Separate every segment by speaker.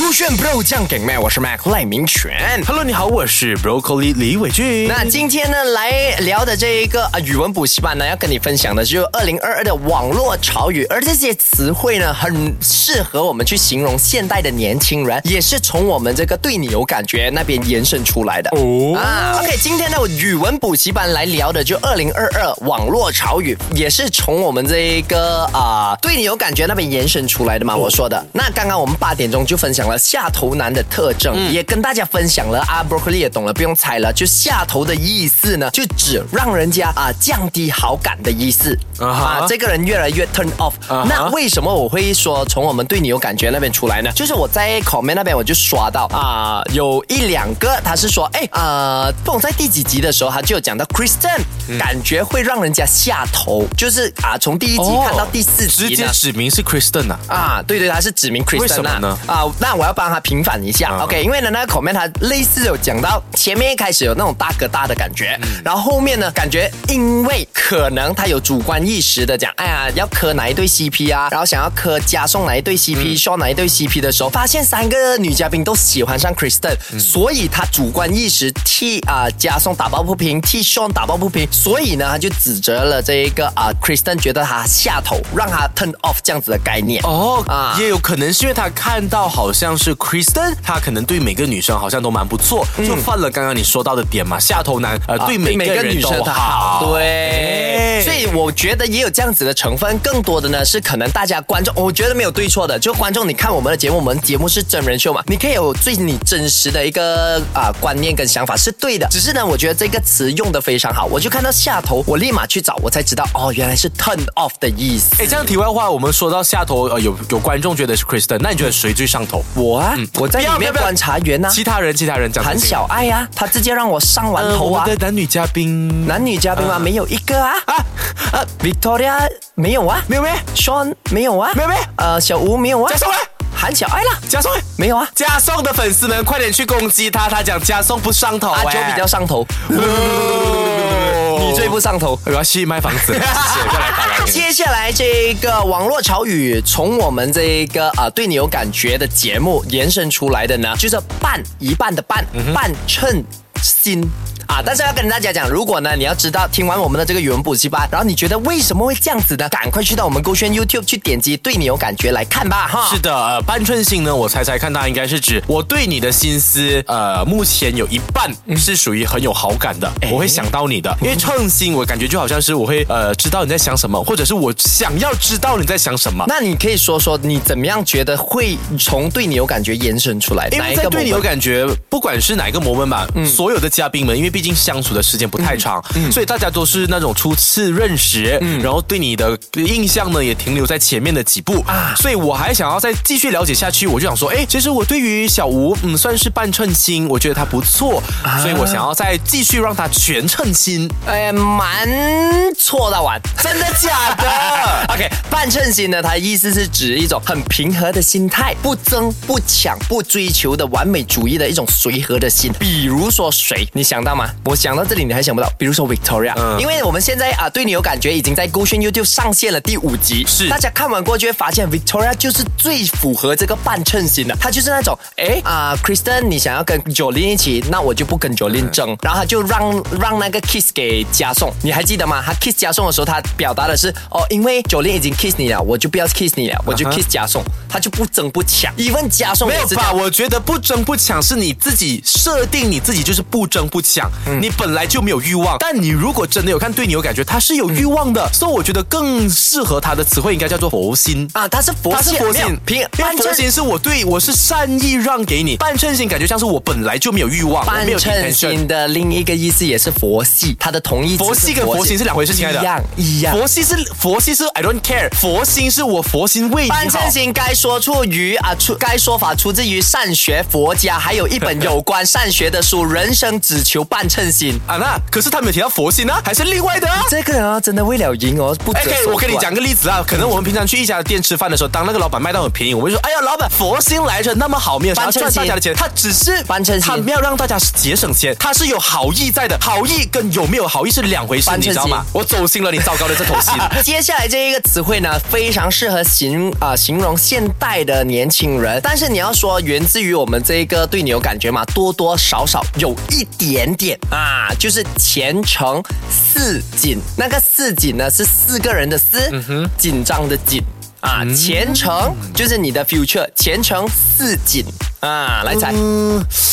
Speaker 1: 入炫 Bro 酱梗麦，我是 Mac 赖明全。
Speaker 2: Hello，你好，我是 Broccoli 李伟俊。
Speaker 1: 那今天呢，来聊的这一个啊语文补习班呢，要跟你分享的就是二零二二的网络潮语，而这些词汇呢，很适合我们去形容现代的年轻人，也是从我们这个对你有感觉那边延伸出来的。
Speaker 2: 哦
Speaker 1: 啊，OK，今天呢，我语文补习班来聊的就二零二二网络潮语，也是从我们这一个啊、对你有感觉那边延伸出来
Speaker 2: 哦
Speaker 1: 的嘛。我说的，那刚刚我们八点钟就分享了下头男的特征，
Speaker 2: 嗯
Speaker 1: 也跟大家分享了啊，broccoli 也懂了，不用猜了，就下头的意思呢，就指让人家啊降低好感的意思
Speaker 2: 啊哈
Speaker 1: 啊，这个人越来越 turn off、
Speaker 2: 啊哈
Speaker 1: 那为什么我会说从我们对你有感觉那边出来呢？就是我在 comment 那边我就刷到啊、有一两个他是说，哎，呃，不懂在第几集的时候他就有讲到 Kristen，、感
Speaker 2: 嗯
Speaker 1: 觉会让人家下头，就是啊、从第一集
Speaker 2: 哦
Speaker 1: 看到第四
Speaker 3: 直
Speaker 1: 集
Speaker 3: 接
Speaker 1: 呢。
Speaker 3: 指明是 Kristen 啊，
Speaker 1: 啊，对对，他是指明 Kristen
Speaker 3: 为什么呢
Speaker 1: 啊，那我要帮他平反一下、
Speaker 3: 啊
Speaker 1: o k 因为呢那个 comment 他类似有讲到前面一开始有那种大哥大的感觉，
Speaker 3: 嗯
Speaker 1: 然后后面呢感觉因为可能他有主观意识的讲，哎呀要磕哪一对 CP 啊，然后想要磕加送哪一对
Speaker 3: 嗯
Speaker 1: CP，说、哪一对 CP 的时候，发现三个女嘉宾都喜欢上 Kristen，、所
Speaker 3: 嗯
Speaker 1: 以他主观意识替啊、加送打抱不平，替 Sean 打抱不平，所以呢他就指责了这一个啊、Kristen 觉得他下头，让他 turn off 这样子的概念。
Speaker 3: 哦，
Speaker 1: 啊
Speaker 3: 也有可能是因为他看到好像是 Kristen，他可能对每个女生好像都蛮不错，
Speaker 1: 嗯
Speaker 3: 就犯了刚刚你说到的点嘛，下头男，呃，对每个人
Speaker 1: 啊女
Speaker 3: 都
Speaker 1: 生她
Speaker 3: 好，
Speaker 1: 对，
Speaker 3: 哎
Speaker 1: 所以我觉得也有这样子的成分，更多的呢是可能大家观众，我觉得没有对错的，就观众你看我们的节目，我们节目是真人秀嘛，你可以有最你真实的一个啊、观念跟想法是对的，只是呢，我觉得这个词用的非常好，我就看到下头，我立马去找，我才知道哦，原来是 turn off 的意思。
Speaker 3: 哎，这样题外话，我们说到下头，呃，有有观众觉得是 Kristen，那你觉得谁最上头？嗯
Speaker 1: 我啊，我在里
Speaker 3: 不要不
Speaker 1: 面
Speaker 3: 要不要
Speaker 1: 观察员呐、啊
Speaker 3: 其他人，其他人讲
Speaker 1: 韩小爱啊，他直接让我上完
Speaker 3: 呃，
Speaker 1: 头
Speaker 3: 我
Speaker 1: 啊。
Speaker 3: 们的男女嘉宾，
Speaker 1: 男女嘉宾吗？没有一个啊啊啊！Victoria 没有啊，
Speaker 3: 没有没有
Speaker 1: Sean 没有啊，
Speaker 3: 没有没有
Speaker 1: 呃，小吴没有啊，
Speaker 3: 加送来，
Speaker 1: 韩小爱啦，
Speaker 3: 加送来，
Speaker 1: 没有啊，
Speaker 3: 加送的粉丝们快点去攻击他，他讲加送不上头，
Speaker 1: 阿九
Speaker 3: 哎哦
Speaker 1: 比较上头，你最不上头。
Speaker 3: 呃我要去卖房子了，谢谢，再来打来。
Speaker 1: 接下来这个网络潮语，从我们这个啊、对你有感觉的节目延伸出来的呢，就是半一半的半、
Speaker 3: 嗯
Speaker 1: 半称心。啊！但是要跟大家讲，如果呢你要知道听完我们的这个语文补习班，然后你觉得为什么会这样子呢？赶快去到我们勾选 YouTube 去点击对你有感觉来看吧哈。
Speaker 3: 是的，呃，半寸心呢，我猜猜看，它应该是指我对你的心思，呃，目前有一半是属于很有好感的，我会想到你的，因为称心，我感觉就好像是我会呃知道你在想什么，或者是我想要知道你在想什么。
Speaker 1: 那你可以说说你怎么样觉得会从对你有感觉延伸出来？
Speaker 3: 因
Speaker 1: 哪
Speaker 3: 为
Speaker 1: 一
Speaker 3: 在
Speaker 1: 个嗯
Speaker 3: 对你
Speaker 1: moment？
Speaker 3: 有感觉，不管是哪一个 moment 吧，所有的嘉宾们，因为毕竟相处的时间不太长，
Speaker 1: 嗯
Speaker 3: 所以大家都是那种初次认识，然后对你的印象呢也停留在前面的几步啊，所以我还想要再继续了解下去，我就想说，哎，其实我对于小吴，嗯，算是半称心，我觉得他不错，
Speaker 1: 啊
Speaker 3: 所以我想要再继续让他全称心。
Speaker 1: 哎，蛮错的玩，真的假 的？OK，半称心呢，它的意思是指一种很平和的心态，不争不抢，不追求的完美主义的一种随和的心。比如说谁，你想到吗？我想到这里，你还想不到。比如说 Victoria，、
Speaker 3: 嗯
Speaker 1: 因为我们现在啊，对你有感觉已经在勾选 YouTube 上线了第五集，
Speaker 3: 是
Speaker 1: 大家看完过就会发现 Victoria 就是最符合这个半称心的，她就是那种，哎啊、k r i s t e n 你想要跟 Jolin 一起，那我就不跟 Jolin 争，然后她就让让那个 kiss 给加送，你还记得吗？她 kiss 加送的时候，她表达的是，哦，因为 Jolin 已经 kiss 你了，我就不要 kiss 你了，我就 kiss 加送，她就不争不抢，even 加送
Speaker 3: 啊没有
Speaker 1: 也是这
Speaker 3: 吧？
Speaker 1: 样
Speaker 3: 我觉得不争不抢是你自己设定，你自己就是不争不抢，
Speaker 1: 嗯
Speaker 3: 你本来就没有欲望。但你如果真的有看对你有感觉，他是有欲望
Speaker 1: 嗯
Speaker 3: 的，所以我觉得更适合他的词汇应该叫做佛心。
Speaker 1: 啊，她是佛
Speaker 3: 他是
Speaker 1: 系，
Speaker 3: 佛心
Speaker 1: 没有，
Speaker 3: 因
Speaker 1: 平
Speaker 3: 为
Speaker 1: 半
Speaker 3: 佛
Speaker 1: 称
Speaker 3: 心是我对我是善意让给你，半称心感觉像是我本来就没有欲望，我
Speaker 1: 半
Speaker 3: 没有
Speaker 1: 称
Speaker 3: intention。
Speaker 1: 心的另一个意思也是佛系，它的同义词
Speaker 3: 佛系跟佛心是两回事，亲爱的。
Speaker 1: 一样一样。
Speaker 3: 佛系是佛系是 I don't care，佛心是我佛心为你好。
Speaker 1: 半称心该说出于啊出该说法出自于善学佛家，还有一本有关善学的书《人生只求半烂称心。
Speaker 3: 啊，那可是他没有提到佛心啊，还是另外的啊。
Speaker 1: 这个人啊，真的为了赢哦，不择
Speaker 3: 哎，可以，
Speaker 1: 手
Speaker 3: 我跟你
Speaker 1: 段
Speaker 3: 讲个例子啊，可能我们平常去一家店吃饭的时候，当那个老板卖到很便宜，我们就说，哎呀，老板佛心来着，那么好，没有想要
Speaker 1: 班车
Speaker 3: 赚大
Speaker 1: 心
Speaker 3: 家的钱，他只是
Speaker 1: 班车心
Speaker 3: 他没有让大家节省钱，他是有好意在的，好意跟有没有好意是两回事，
Speaker 1: 班
Speaker 3: 你
Speaker 1: 车
Speaker 3: 知道吗
Speaker 1: 心？
Speaker 3: 我走心了你糟糕的这 头心。
Speaker 1: 啊接下来这一个词汇呢，非常适合形啊、形容现代的年轻人，啊但是你要说源自于我们这一个对你有感觉吗？多多少少有一点点啊，就是前程似锦。那个似锦呢是四个人的四，紧张的紧。啊，前程就是你的 future，前程似锦啊，来猜，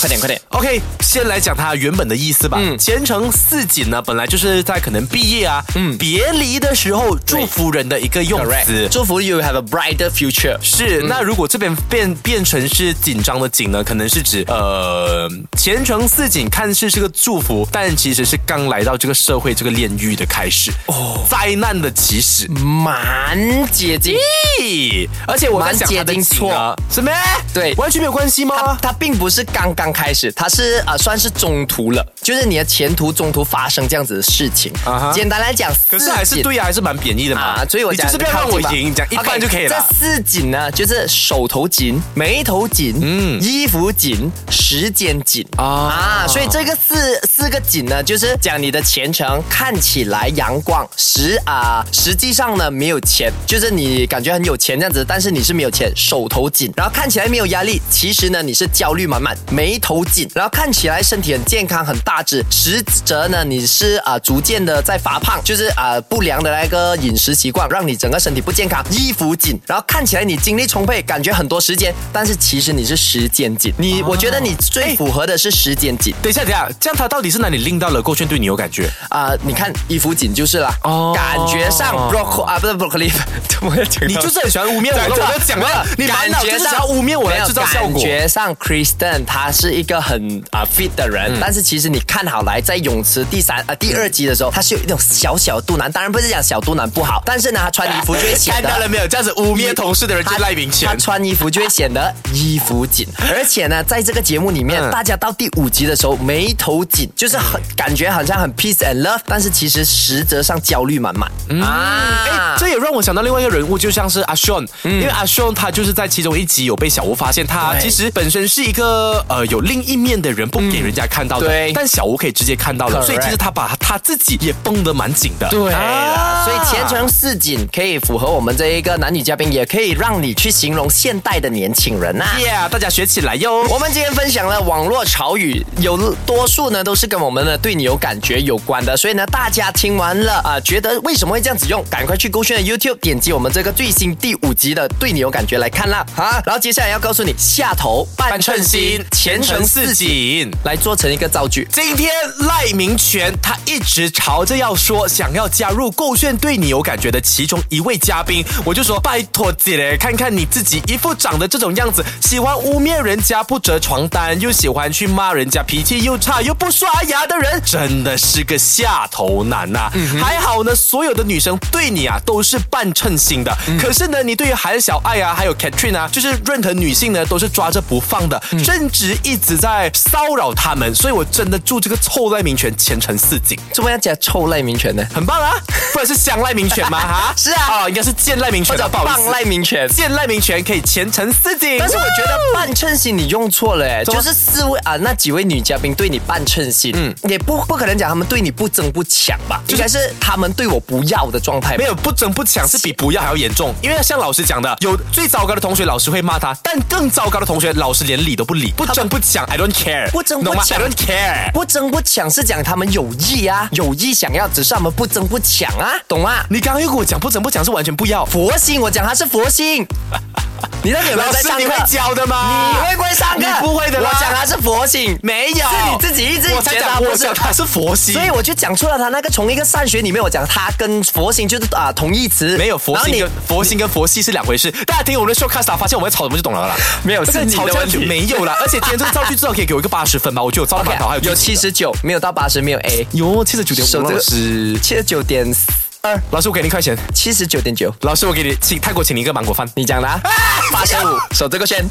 Speaker 1: 快点快点，
Speaker 3: OK，先来讲它原本的意思吧。
Speaker 1: 嗯
Speaker 3: 前程似锦呢，本来就是在可能毕业啊、
Speaker 1: 嗯
Speaker 3: 别离的时候祝福人的一个用词。
Speaker 1: 祝福 you have a brighter future。
Speaker 3: 是，那如果这边变变成是紧张的紧呢，可能是指呃前程似锦，看似是个祝福，但其实是刚来到这个社会这个炼狱的开始，哦，灾难的起始。
Speaker 1: 蛮接近，
Speaker 3: 咦而且我在想它
Speaker 1: 蛮接
Speaker 3: 的
Speaker 1: 近
Speaker 3: 紧啊，什么？
Speaker 1: 对
Speaker 3: 完全没有关系
Speaker 1: 它
Speaker 3: 吗？
Speaker 1: 它并不是刚刚开始，它是啊、呃算是中途了，就是你的前途中途发生这样子的事情。
Speaker 3: 啊哈
Speaker 1: 简单来讲，
Speaker 3: 可是还
Speaker 1: 四
Speaker 3: 是
Speaker 1: 锦
Speaker 3: 对呀、还是蛮贬义的嘛。
Speaker 1: 啊，所以我
Speaker 3: 你
Speaker 1: 讲
Speaker 3: 就是不要让我赢，讲一半
Speaker 1: OK，
Speaker 3: 就可以了。
Speaker 1: 哎这四锦呢，就是手头紧、眉头紧、嗯、衣服紧、时间紧
Speaker 3: 啊
Speaker 1: 啊所以这个四四个紧呢，就是讲你的前程看起来阳光，实啊、实际上呢没有钱，就是你感觉很有钱这样子，但是你是没有钱，手头紧，然后看起来没有压力，其实呢你是焦虑满满，眉头紧，然后看起来身体很健康很大只，实则呢你是啊、逐渐的在发胖，就是啊、不良的那个饮食习惯，让你整个身体不健康，衣服紧，然后看起来你精力充沛，感觉很多时间，但是其实你是时间紧，你、我觉得你最符合的是时间紧。
Speaker 3: 等一下，等一下，这样他到底是哪里令到了郭轩对你有感觉？
Speaker 1: 啊、你看衣服紧就是啦，
Speaker 3: 哦
Speaker 1: 感觉上 broccoli 啊，不是 broccoli，怎 么会讲到？
Speaker 3: 你就是很喜欢污蔑我了，我都讲了，你满脑
Speaker 1: 感
Speaker 3: 就
Speaker 1: 觉
Speaker 3: 是
Speaker 1: 上
Speaker 3: 想要污蔑我来制造效
Speaker 1: 没有感
Speaker 3: 果。
Speaker 1: 觉上 Kristen 他是一个很啊、fit 的
Speaker 3: 嗯
Speaker 1: 人，但是其实你看好来，在泳池第三呃第二集的时候，他是有一种小小肚腩，当然不是讲小肚腩不好，但是呢，他穿衣服就会 显
Speaker 3: 看
Speaker 1: 得
Speaker 3: 到了没有？这样子污蔑同事的人就
Speaker 1: 他
Speaker 3: 是赖明
Speaker 1: 他
Speaker 3: 谦。
Speaker 1: 穿衣服就会显得衣服紧，而且呢，在这个节目里面，
Speaker 3: 嗯
Speaker 1: 大家到第五集的时候眉头紧，就是很感觉好像很 peace and love，但是其实实则上焦虑满满、啊。
Speaker 3: 嗯哎
Speaker 1: 嗯
Speaker 3: 这也让我想到另外一个人物，就像是阿 s h o n 因为阿 s h o n 他就是在其中一集有被小吴发现，他
Speaker 1: 对
Speaker 3: 其实本身是一个呃有另一面的人，不给人家看到的，
Speaker 1: 对
Speaker 3: 但小吴可以直接看到了，
Speaker 1: Correct
Speaker 3: 所以其实他把他自己也绷得蛮紧的，
Speaker 1: 对
Speaker 3: 啊
Speaker 1: 啦，所以前程似锦可以符合我们这一个男女嘉宾，也可以让你去形容现代的年轻人呐、啊
Speaker 3: ，Yeah，大家啊学起来哟。
Speaker 1: 我们今天分享了网络潮语，有多数呢都是跟我们的对你有感觉有关的，所以呢，大家听完了啊、觉得为什么会这样子用，赶快去勾炫的 YouTube 点击我们这个最新第五集的对你有感觉来看啦啊！然后接下来要告诉你，下头半称心，前程似锦，
Speaker 3: 锦。
Speaker 1: 来做成一个造句。
Speaker 3: 今天赖明权他一直朝着要说想要加入购炫对你有感觉的其中一位嘉宾，我就说拜托姐，看看你自己一副长得这种样子，喜欢污蔑人家不折床单，又喜欢去骂人家脾气又差又不刷牙的人，真的是个下头男呐、啊
Speaker 1: 嗯
Speaker 3: 还好呢，所有的女生对你啊都是半称心的，
Speaker 1: 嗯
Speaker 3: 可是呢，你对于韩小爱啊，还有 Katrina 啊，就是任何女性呢都是抓着不放的，
Speaker 1: 嗯
Speaker 3: 甚至一直在骚扰他们，所以我真的祝这个臭赖明权前程似锦，
Speaker 1: 怎么样讲臭赖明权呢？
Speaker 3: 很棒 啊！不然是香赖明权吗？哈，
Speaker 1: 是啊
Speaker 3: 哦，应该是贱赖明权
Speaker 1: 或
Speaker 3: 吧，
Speaker 1: 者
Speaker 3: 不好意
Speaker 1: 棒
Speaker 3: 思，
Speaker 1: 赖明权？
Speaker 3: 贱赖明权可以前程似锦，
Speaker 1: 但是我觉得半称心你用错了哎，
Speaker 3: 么
Speaker 1: 就是四位啊那几位女嘉宾对你半称心，嗯，也不不可能讲他们对你不争不抢吧，应该是他们对我不要的状态吧
Speaker 3: 没。有不争不抢是比不要还要严重，因为像老师讲的，有最糟糕的同学，老师会骂他；但更糟糕的同学，老师连理都不理，不争不抢，I don't care，
Speaker 1: 不争不
Speaker 3: 懂吗
Speaker 1: 抢
Speaker 3: ，I don't care。
Speaker 1: 不争不抢是讲他们有意啊，有意想要，只是他们不争不抢啊，懂吗？
Speaker 3: 你刚刚又跟我讲不争不抢是完全不要，
Speaker 1: 佛心，我讲他是佛 心，你到底有没有
Speaker 3: 老
Speaker 1: 在
Speaker 3: 师
Speaker 1: 上课？
Speaker 3: 你会教的吗？
Speaker 1: 你会不会上课？
Speaker 3: 你不会的啦
Speaker 1: 我讲他是佛心，
Speaker 3: 没有，
Speaker 1: 是你自己一直
Speaker 3: 我才
Speaker 1: 觉得
Speaker 3: 讲
Speaker 1: 他不
Speaker 3: 我
Speaker 1: 是
Speaker 3: 讲他是佛系，
Speaker 1: 所以我就讲出了他那个从一个善学里面，我讲他跟佛心就是啊同义词，
Speaker 3: 没有佛
Speaker 1: 然后
Speaker 3: 心
Speaker 1: 你
Speaker 3: 跟佛心跟佛系是两回事。大家听我们的 showcast 啊发现我们在吵什么就懂了啦。
Speaker 1: 没有
Speaker 3: 这个
Speaker 1: 是你的
Speaker 3: 吵架
Speaker 1: 问题
Speaker 3: 就没 有啦。而且今天这个造句至少可以给我一个八十分吧，我觉得我造的蛮好，还有
Speaker 1: 有七十九，没有到八十，没有 A，
Speaker 3: 有七十九点
Speaker 1: 手
Speaker 3: 五，
Speaker 1: 这个
Speaker 3: 老师，
Speaker 1: 七十九点二，
Speaker 3: 老师我给你一块钱，
Speaker 1: 七十九点九，
Speaker 3: 老师我给你请泰国请你一个芒果饭。
Speaker 1: 哎
Speaker 3: 哦
Speaker 1: 你讲的、啊，八十五，手这个圈。